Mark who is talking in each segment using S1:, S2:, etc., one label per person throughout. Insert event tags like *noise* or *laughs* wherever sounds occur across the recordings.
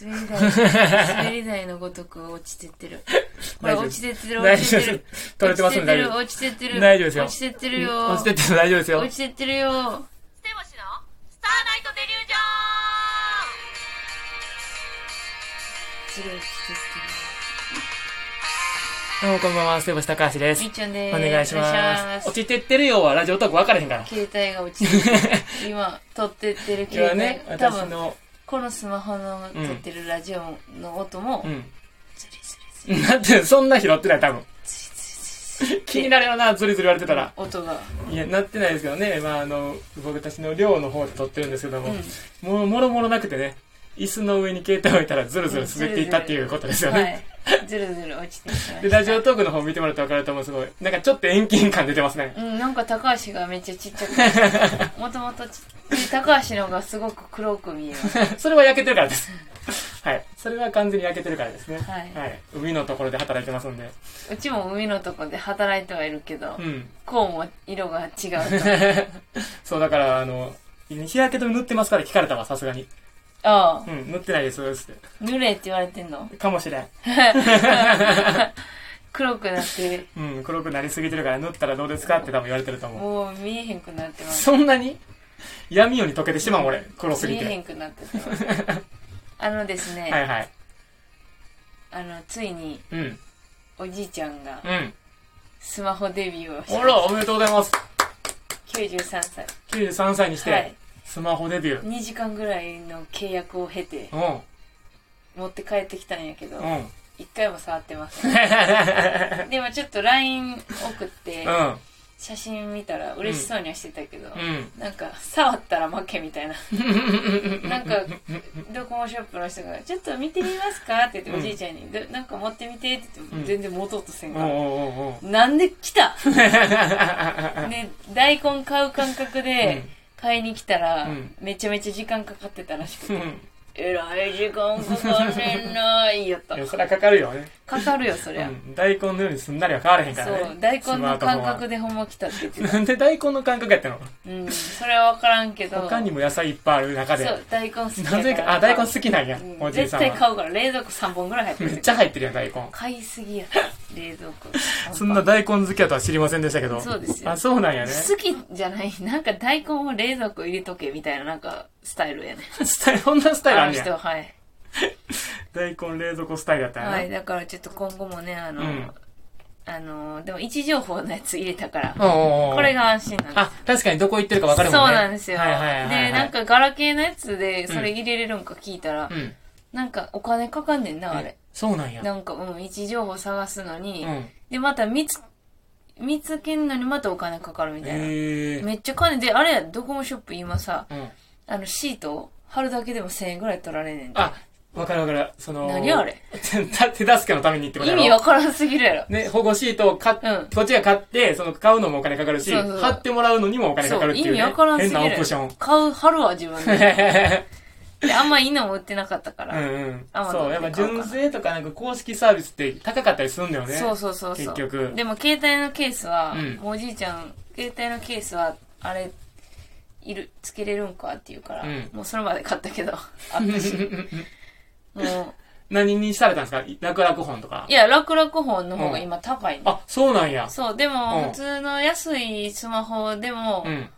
S1: 滑り
S2: *laughs*
S1: 台滑り台のごとく落ちてってるこれ
S2: 大丈夫
S1: 落ちて
S2: *laughs*
S1: ってる
S2: 大
S1: 落ちて
S2: 丈
S1: っ
S2: 夫
S1: てる
S2: です。取れてますんで大丈夫。
S1: 落ちてってる
S2: 大丈夫ですよ
S1: 落ちてってるよ
S2: 落ちてっても大丈夫ですよ
S1: 落。ちてってるよ
S3: ステボシのスターナイトデリュージ
S1: す
S3: ョン
S1: ごい落ちてっ
S2: どうもこんばんは、ステボシ高橋で
S1: てる
S2: す
S1: みっ。ちゃんで
S2: お
S1: ーす
S2: 願いし
S1: お願
S2: ま
S1: い
S2: す。落ちてってるよはラジオトーク分かれへんから。
S1: 携帯が落ちて
S2: *laughs*
S1: る今撮ってってる
S2: 今
S1: 携
S2: 日は
S1: 帯、
S2: ね、
S1: 多
S2: 私
S1: 分
S2: の、
S1: このスマホの撮ってるラジオの音も、
S2: うん。
S1: ズリズリズ
S2: だって、そんな *laughs* 拾ってない、多分。
S1: リズリ
S2: 気になるよな、ズリズリ言われてたら。
S1: 音が
S2: いや、なってないですけどね。まあ、あの、僕たちの寮の方で撮ってるんですけども、もう、もろもろなくてね、椅子の上に携帯を置いたら、ズルズル滑っていったっていうことですよね。
S1: はいずるずる落ちてきました
S2: で、ラジオトークの方見てもらったら分かると思う、すごい。なんかちょっと遠近感出てますね。
S1: うん、なんか高橋がめっちゃちっちゃくな
S2: *laughs*
S1: ったもともとちで高橋のがすごく黒く見えます
S2: *laughs* それは焼けてるからです。はい。それは完全に焼けてるからですね。
S1: はい
S2: 海のところで働いてますんで。
S1: うちも海のとこで働いてはいるけど、
S2: うん。
S1: こうも色が違う
S2: *laughs*
S1: と
S2: そう、だから、あの、日焼け止め塗ってますから聞かれたわ、さすがに。
S1: ああ
S2: うん、塗ってないです、つって。
S1: 濡れって言われてんの
S2: かもしれん。
S1: 黒くなって
S2: うん、黒くなりすぎてるから塗ったらどうですかって多分言われてると思
S1: も
S2: う。
S1: う見えへんくなってます
S2: そんなに闇夜に溶けてしまう、俺。黒す
S1: 見
S2: ぎ
S1: え
S2: て。
S1: へんくなっててますあのですね、
S2: はいはい。
S1: あのついに
S2: うん、
S1: おじいちゃんが
S2: うん。
S1: スマホデビューをし
S2: あら、おめでとうございます。
S1: て93歳
S2: 93歳にし
S1: は
S2: て
S1: い、
S2: スマホデビュー。
S1: 2時間ぐらいの契約を経て持って帰ってきたんやけど
S2: うん、うん。
S1: 一回も触ってませんでもちょっと LINE 送って
S2: *laughs* う
S1: 写真見たら嬉しそうにはしてたけど、
S2: ん。うん。
S1: なんか触ったら負けみた
S2: *laughs*
S1: いななんかドコモショップの人が「ちょっと見てみますか?」って言って、
S2: うん
S1: おじいちゃんにど「なんか持ってみて」って言っても
S2: うん
S1: 全然持とうとせん
S2: お
S1: か
S2: う
S1: ら、
S2: おうおうお
S1: なんで来た
S2: う。
S1: ね大根買う感覚で
S2: うん
S1: 買いに来たら、
S2: うん
S1: めちゃめちゃ時間かかってたらしくて、
S2: うん
S1: えらい時間かかんねんないやっ
S2: い
S1: た
S2: や、そりゃかかるよね。
S1: かかるよそりゃ、
S2: うん大根のようにすんなりは変わらへんからね。
S1: そう大根の感覚
S2: で。
S1: でほんま来たって言ってた
S2: なんで大根の感覚やったの
S1: うん、それは分からんけど
S2: 他にも野菜いっぱいある中で
S1: そ。う大根好きやから
S2: なぜか、あ、大根好きなんや
S1: う。ん
S2: おじい
S1: 絶
S2: さん
S1: 対
S2: は。
S1: 買うから冷蔵庫3本ぐらい入ってる
S2: めっちゃ入ってるやん、大根。
S1: 買いすぎや冷蔵庫
S2: そんな大根好きやとは知りませんでしたけど。
S1: そうですよ
S2: あ、そうなんやね。
S1: 好きじゃないなんか大根を冷蔵庫入れとけみたいななんかスタイルやね
S2: スタイル、こんなスタイルあ
S1: あ
S2: ん
S1: の
S2: ね
S1: 人
S2: や。
S1: ははい、
S2: 大根冷蔵庫スタイルやったんやな。
S1: はい、だからちょっと今後もねあの、
S2: うん
S1: あのでも位置情報のやつ入れたから
S2: おうおうおう
S1: これ。が安心なんです
S2: あ、確かにどこ行ってるかわかるもんね。
S1: そうなんですよ、
S2: はいはいはいはい。
S1: でなん、かガラケーのやつでそれ入れれるんか聞いたら、
S2: うん。
S1: なんかお金かかんねんなあれ
S2: えそうなんや。
S1: なんかうん位置情報探すのに、
S2: うん。
S1: でまた見つ見つけんのにまたお金かかるみたいな、
S2: ええ。
S1: めっちゃ金であれやドコモショップ今さ
S2: うん。
S1: あのシートを貼るだけでも1000円ぐらい取られんねんて
S2: あ、わかるわかる。その、
S1: 何あれ
S2: *laughs* 手手助けのためにってこと
S1: 意
S2: やろ
S1: 味わからんすぎるやろ
S2: ね、保護シートを買っ、
S1: うん
S2: こっちが買って、その買うのもお金かかるし、
S1: そうそうそう
S2: 貼ってもらうのにもお金かか
S1: そ
S2: る
S1: う
S2: ってい
S1: 意
S2: う、ね。
S1: 味わからんすぎ
S2: 変
S1: る
S2: なオ
S1: や
S2: プシ
S1: *laughs*
S2: ョ
S1: ろ
S2: ン。
S1: 買う貼るわ自分
S2: *laughs*
S1: でであんまいいのも売ってなかったか
S2: う
S1: ら、
S2: んうん。
S1: Amazon
S2: そう、やっぱ純正とかなんか公式サービスって高かったりするんだよね。
S1: そうそうそうそう
S2: 結局
S1: でも携帯のケースは、
S2: うん
S1: もうおじいちゃん携帯のケースはあれいるつけれるんかって言うから、
S2: うん
S1: もうそれまで買ったけどあったしも
S2: 何にされたんですか楽々本とか
S1: うい。や楽々本の方が今高いね、
S2: あ、そうなんや。
S1: そう、で
S2: うん
S1: も、普通の安いスマホでも
S2: う、ん。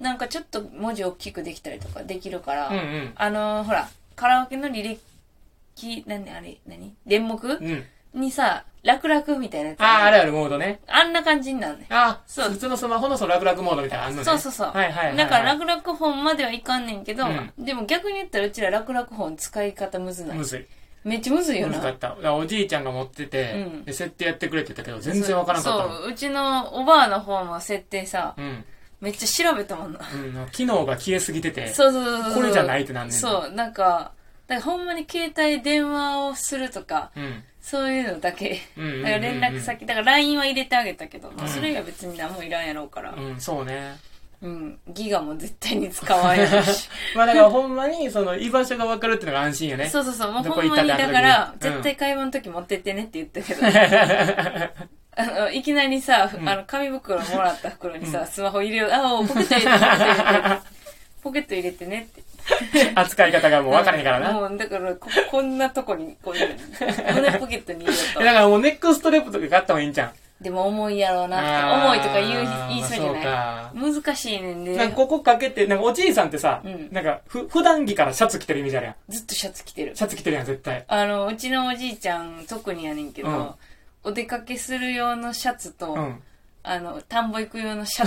S1: なんかちょっと文字大きくできたりとかできるか
S2: うん
S1: ら、
S2: うん。
S1: あのー、ほら、カラオケの履歴、何あれ、何電目
S2: うん。
S1: にさ、楽々みたいなやつ
S2: ああ、あ
S1: る
S2: るあるモードね。
S1: あんな感じになるね。
S2: あ
S1: そう
S2: 普通のスマホのその楽々モードみたいなのあんのね。
S1: そうそうそう。
S2: はいはいはいはい。
S1: だから、楽々本まではいかんねんけど
S2: うん、
S1: でも逆に言ったらうちら楽々本使い方むずない
S2: む。ずい。
S1: めっちゃむずいよ
S2: むずか
S1: な
S2: っ。た。だからおじいちゃんが持ってて、
S1: うん
S2: で、設定やってくれって言ったけど、全然わからんかったの。
S1: そう、うちのおばあの方も設定さ、
S2: うん。
S1: めっちゃ調べたもんな。
S2: うん。機能が消えすぎてて。
S1: そうそうそうそう
S2: これじゃないってなんねんな
S1: そうなんかだからほんまに携帯電話をするとか
S2: うん。
S1: そういうのだけ
S2: うんうんうんうん
S1: だから連絡先だから LINE は入れてあげたけど、まあ
S2: うん
S1: それ以外別に何もいらんやろうから
S2: うん、そうね。
S1: うん、ギガも絶対に使わんやろし
S2: まあだからほんまに、その、居場所がわかるっていうのが安心よね。
S1: そうそうそうもう
S2: どこ
S1: ほ
S2: 行
S1: んま
S2: ったっ
S1: に
S2: てある時
S1: だから
S2: うん
S1: 絶対買い物の時持ってってねって言ったけど *laughs* あのいきなりさ、あの紙袋
S2: *laughs*
S1: もらった袋にさ、スマホ入れようああポケット入れてポケット入れてポケット入れてねって
S2: *laughs* 扱い方がもう分からへんからな。
S1: もう、だからこ、こんなとこに、こういう、胸ポケットに入れ
S2: えだか
S1: ると。
S2: らもうネックストレップとか買った方がいいんじゃん。
S1: でも重いやろうなって、重いとか言う、言いそうじゃない
S2: い
S1: 難しいねんで
S2: なん、かここかけて、なんかおじいさんってさ、
S1: うん
S2: なんかふ普段着からシャツ着てるイメージあるやん。
S1: ずっとシャツ着てる。
S2: シャツ着てるやん、絶対。
S1: あの、うちのおじいちゃん、特にやねんけど、
S2: うん
S1: お出かけする用のシャツと、
S2: うん。 *laughs*
S1: あの、田んぼ行く用のシャ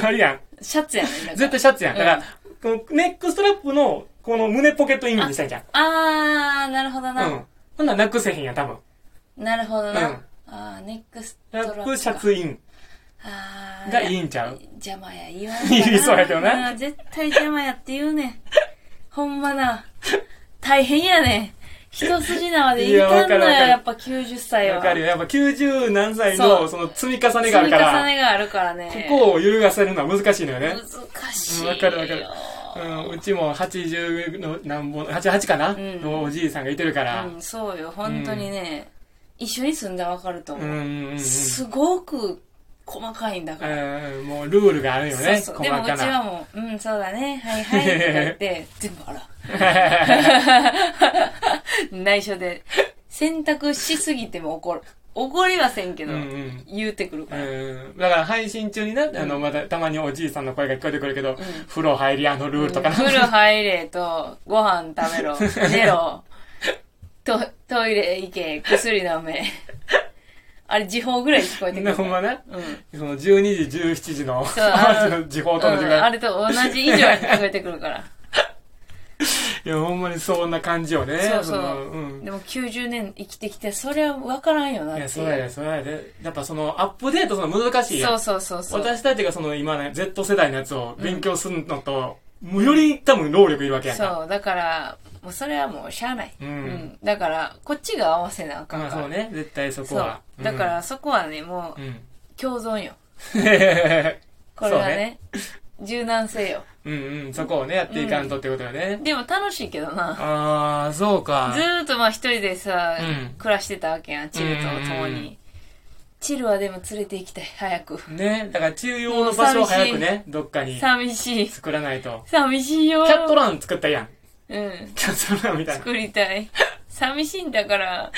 S1: ツ、
S2: あるやん。
S1: シャツやねん。だから
S2: 絶対シャツやん。だから、このネックストラップの、この胸ポケットイメージしたいじゃん。
S1: あー、なるほどな。
S2: うん。ほんならなくせへんやん、多分。
S1: なるほどな。
S2: うん
S1: あー、ネックスト
S2: ラ
S1: ラップ
S2: ッ
S1: か
S2: プシャツイン
S1: あー
S2: がいいんちゃう
S1: 邪魔や言わん
S2: 言い *laughs* そうやけどな
S1: うん絶対邪魔やって言うねん。ほんまな。大変やねん。一筋縄でいかんの
S2: いやわか
S1: よ、
S2: るわかる
S1: やっぱ90歳は。
S2: わかるよ。やっぱ90何歳
S1: そ
S2: の
S1: う
S2: その積み重ねがあ
S1: 積み
S2: る
S1: 重
S2: から、
S1: ねがあるからね。
S2: ここを揺るがせるのは難しいのよね。
S1: 難しいよ。
S2: わかるわかるうん、うちも80の何本、88かな、
S1: ん
S2: のおじいさんがいてるから。
S1: うん、そうよ。本当にね、一緒に住んだらわかると
S2: う
S1: 思
S2: ん
S1: う。
S2: うんうん。
S1: すごく細かいんだから。
S2: うん、もうルールがあるよね、
S1: そうそう
S2: 細
S1: でもうち
S2: か
S1: は
S2: な。
S1: もう、うん、そうだね、はいはい、とか言って、全部あら。
S2: *laughs*
S1: 内緒で。洗濯しすぎても怒る。怒りはせんけど、
S2: うんうん
S1: 言うてくるから。
S2: うん、だから配信中にな、あの、また、たまにおじいさんの声が聞こえてくるけど、風呂入りあのルールとかな。
S1: 風呂入れと、ご飯食べろ、
S2: *laughs*
S1: 寝ろ、とトイレ行け、薬飲め。あれ、時報ぐらい聞こえてくるか
S2: *laughs* ほん
S1: ら。
S2: まな。
S1: うん。
S2: その12時、17時の
S1: そうあの、
S2: 時報
S1: うん、
S2: との時間。
S1: あれと同じ以上に聞こえてくるから。
S2: いや、ほんまにそんな感じよね。
S1: そうそう
S2: のうん。
S1: でも90年生きてきて、それは分からんよなっ
S2: い
S1: てい
S2: や、
S1: う。
S2: そうやで、そうやで。やっぱその、アップデートその難しいやん
S1: そうそうそうそう。
S2: 私たちがその今ね、Z 世代のやつを勉強するのと、もうより多分労力いるわけやんか。
S1: そう、だから、もうそれはもうしゃあない。
S2: うん
S1: だから、こっちが合わせなあかん
S2: ま
S1: か
S2: あ
S1: ら。
S2: そうね、絶対そこ
S1: そう。
S2: は。うん
S1: だか、ら、そこはね、も
S2: う
S1: う、
S2: ん。 *laughs*
S1: 共存よ。これ
S2: そう
S1: はね、柔軟性よ。
S2: うんうん、そこをね、やっていかんとってことよね。
S1: でも楽しいけどな。
S2: あー、そうか
S1: ず。ーっとまあ一人でさ、
S2: うん
S1: 暮らしてたわけやん、チルと共
S2: うんうんう
S1: に。チルはでも連れて行きたい、早く。
S2: ね、だから治療用の場所を早くね、どっかに
S1: 寂しい。
S2: 作らないと。
S1: 寂しいよ。
S2: キャットラン作ったやん。
S1: うん。
S2: キャットランみたいな。
S1: 作りたい。 *laughs* 寂しいんだから、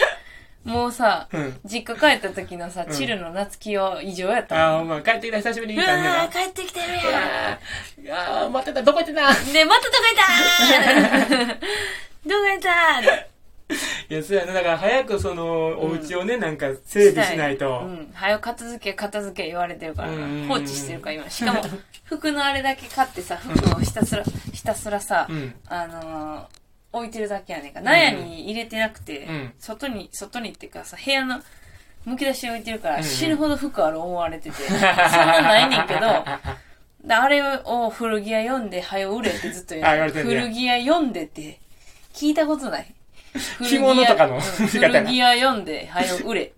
S1: もうさ、
S2: うん。
S1: 実家帰った時のさ、
S2: うん
S1: チルの夏希は異常やったもん
S2: あー、ほんま、帰ってきた久しぶ
S1: う
S2: りに
S1: わ
S2: 見たね
S1: ー、帰ってきてるや
S2: あー、待ってた、どこ行ってた
S1: ん。ね、またどこいたー *laughs* どこいた
S2: いや、そうやね。だから早くその、お家をね、なんか整備しないと。
S1: うん。早く片付け、片付け言われてるから
S2: うん
S1: な。放置してるから今。しかも、服のあれだけ買ってさ、服をひたすら、ひたすらさ
S2: うん、
S1: あのー、置いてるだけやねんか。納屋に入れてなくて
S2: うん、
S1: 外に、外にっていうかさ、部屋の、むき出しに置いてるか
S2: うん
S1: ら、死ぬほど服ある思われてて、そんなんないねんけど、で、あれを古着屋読んで、はよ売れってずっと言う
S2: あ言われてんねや
S1: 古着屋読んでって、聞いたことない。
S2: 着物とかの *laughs*
S1: 古着
S2: 言い
S1: 屋
S2: 方や
S1: うん
S2: な
S1: 古着屋読んで、はよ売れ。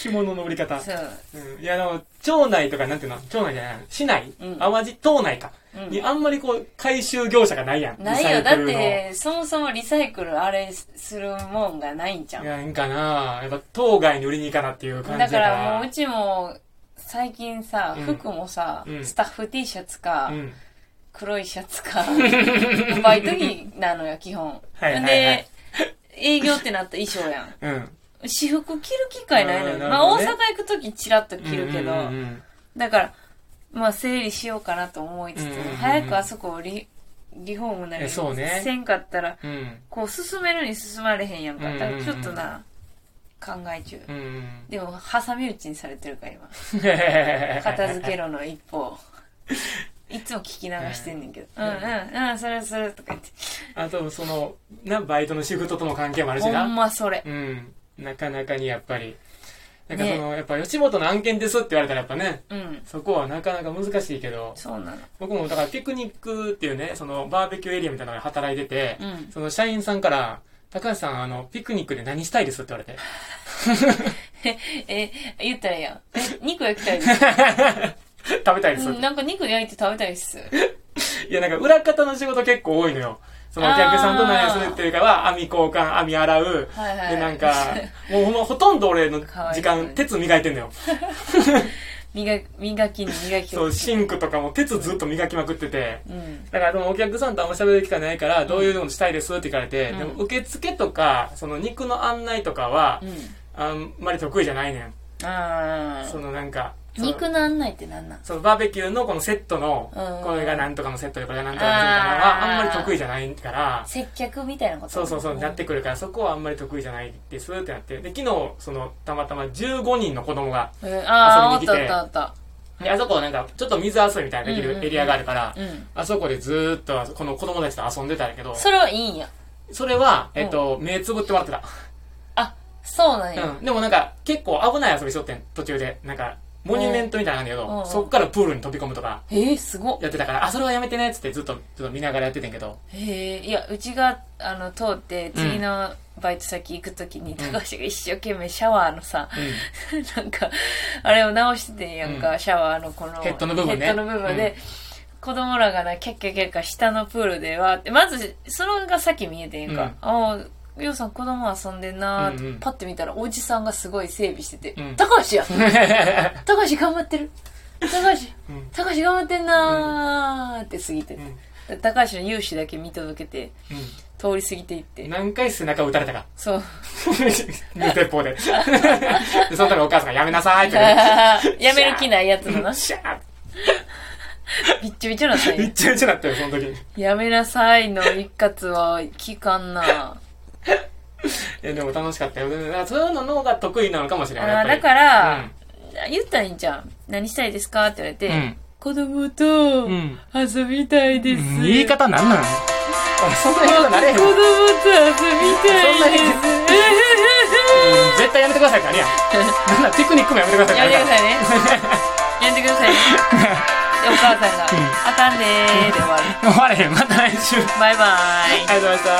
S2: 着物の売り方。
S1: そう。
S2: うん、いや、でも、町内とか、なんていうの町内じゃない市内、
S1: うん
S2: 淡路島内か、
S1: うん
S2: にあんまりこう、回収業者がないやん。
S1: ないよ。だっ
S2: リサイク
S1: て、そもそもリサイクルあれするもんがないんじゃ
S2: ルの。
S1: ん。
S2: いや、なんかなやっぱ、当該に売りに行かなっていう感じ
S1: だからもううちも、最近さ、
S2: うん
S1: 服もさ、
S2: うん
S1: スタッフ T シャツか、
S2: うん。
S1: 黒いシャツか、バイト着なのよ、基本。
S2: はいはいはい
S1: で、営業ってなったら衣装やん。
S2: うん。
S1: 私服着る機会ないのよ。
S2: うん
S1: まあ
S2: なるほど
S1: 大
S2: ね
S1: 阪行くときチラッと着るけど、
S2: うんうん
S1: だから、まあ整理しようかなと思いつつ、
S2: うんうんうん
S1: 早くあそこをリリフォームな
S2: え
S1: り
S2: そうね
S1: せんかったら、
S2: うん。うん。
S1: こう進めるに進まれへんやんか。
S2: うんうん
S1: だか
S2: うん
S1: らちょっとな、考え中。
S2: うんうん。
S1: でも、挟み撃ちにされてるから今。片
S2: 片
S1: 付けろの一方。いつも聞き流してんねんけど。うんんうんうん、それそれとか言って。
S2: *laughs* あと、その、な、バイトのシフトとの関係もあるし
S1: ほ
S2: な。
S1: んまそれ。
S2: うん。なかなかにやっぱり。なんか
S1: ね
S2: その、やっぱ吉本の案件ですって言われたらやっぱね、
S1: うん。
S2: そこはなかなか難しいけど、
S1: そうなの。
S2: 僕もだからピクニックっていうね、そのバーベキューエリアみたいなので働いてて、
S1: うん *laughs*
S2: その社員さんから、高橋さん、あの、ピクニックで何したいですって言われて。
S1: え、言ったらいいやん。え、肉焼きたい
S2: *laughs*
S1: です。
S2: 食べたいです
S1: う
S2: っ
S1: ん、
S2: て。
S1: なんか肉焼いて食べたいっす。
S2: いや、なんか裏方の仕事結構多いのよ。そのお客さんと何をするっていうかは、網交換、網洗う。
S1: はいはい
S2: で、なんか、もうほんまほとんど俺の
S1: かわい
S2: 時
S1: い
S2: 間、鉄磨いてんのよ。
S1: 磨き磨きに磨き
S2: そ
S1: を
S2: う、シンクとかも鉄ずっと磨きまくってて。
S1: うん
S2: だからでもお客さんとあんま喋る機会ないから、どういうのしたいですって聞かれて、
S1: うん
S2: でも受付とか、その肉の案内とかは
S1: う、ん
S2: あんまり得意じゃないねん。
S1: あ
S2: そ
S1: あ
S2: のなんか、その
S1: 肉の案内ってなんなん
S2: そのバーベキューのこのセットの
S1: うん、
S2: これがなんとかのセットでこれがなんとかのセットみたいなのは、あんまり得意じゃないから、
S1: 接客みたいなこと
S2: そうそうそう、なってくるから、そこはあんまり得意じゃないですってなって。で、昨日、その、たまたま15人の子供が、
S1: うんああお
S2: 遊
S1: っ
S2: びに
S1: た
S2: 来
S1: お
S2: て
S1: ったおった
S2: で、あそこなんか、ちょっと水遊びみたいなでき
S1: うんうんう
S2: る
S1: ん
S2: エリアがあるから
S1: う、ん
S2: あそこでずーっと、この子供たちと遊んでたんやけど、
S1: それはいいんや
S2: それは、えっと、目つぶってもらってた。
S1: あそうなんや
S2: うん。でもなんか、結構危ない遊びしとってん、途中で。なんか、モニュメントみたいなのあるんだけ
S1: うんうん
S2: ど、そっからプールに飛び込むとか、
S1: えー、すごっ
S2: やってたから、あ、それはやめてねっつってずっと、ちょっと見ながらやっててんけど、
S1: へえいやうちがあの通って次のバイト先行くときに、高橋が一生懸命シャワーのさ、なんかあれを直しててんやんか、シャワーのこの
S2: ヘッドの部分ね
S1: ヘッドの部分で、子供らがなキャッキャキャッキャ下のプールでわーってまずそれがさっき見えてんやんか、
S2: うん
S1: あありょうさん子供遊んでんなーって、
S2: うんうん
S1: パッて見たらおじさんがすごい整備してて「
S2: うん
S1: 高橋や
S2: *laughs*
S1: 高橋頑張ってる高橋
S2: うん
S1: 高橋頑張ってんなー」って過ぎてて、
S2: うん
S1: 高橋の勇姿だけ見届けて
S2: う
S1: 通り過ぎていって
S2: ん。何回背中打たれたか。
S1: そう *laughs*
S2: *laughs* 無鉄砲で。で、その時お母さんがやめなさいって言って
S1: やめる気ないやつ
S2: *laughs*
S1: のな
S2: シャー
S1: びっちょびちょなさ
S2: めっ
S1: い
S2: ちゃめちゃなったよ、その時に。い
S1: *laughs* やめなさいの一括は聞かんな
S2: や、でも楽しかったよ。だからそういうのの方が得意なのかもしれない。や
S1: あ
S2: っぱり
S1: だか、ら、
S2: うん
S1: 言ったらいいんじゃん何したいですかって言われて、
S2: うん
S1: 子供と
S2: うん
S1: 遊びたいです、
S2: 言い方なんなのそんな言い
S1: 子
S2: 方
S1: 供
S2: な
S1: と
S2: れへ
S1: 遊
S2: ん。
S1: びたいです
S2: そんな絶対やめてくださいってあるやん。なんならテクニックもやめてください
S1: やめてくだ
S2: い。
S1: さいねやめてくださいね
S2: *laughs*
S1: でお母さんが「あかんねー」で終わる
S2: 終われへん。また来週。あり
S1: バイバーイ
S2: がとうございました。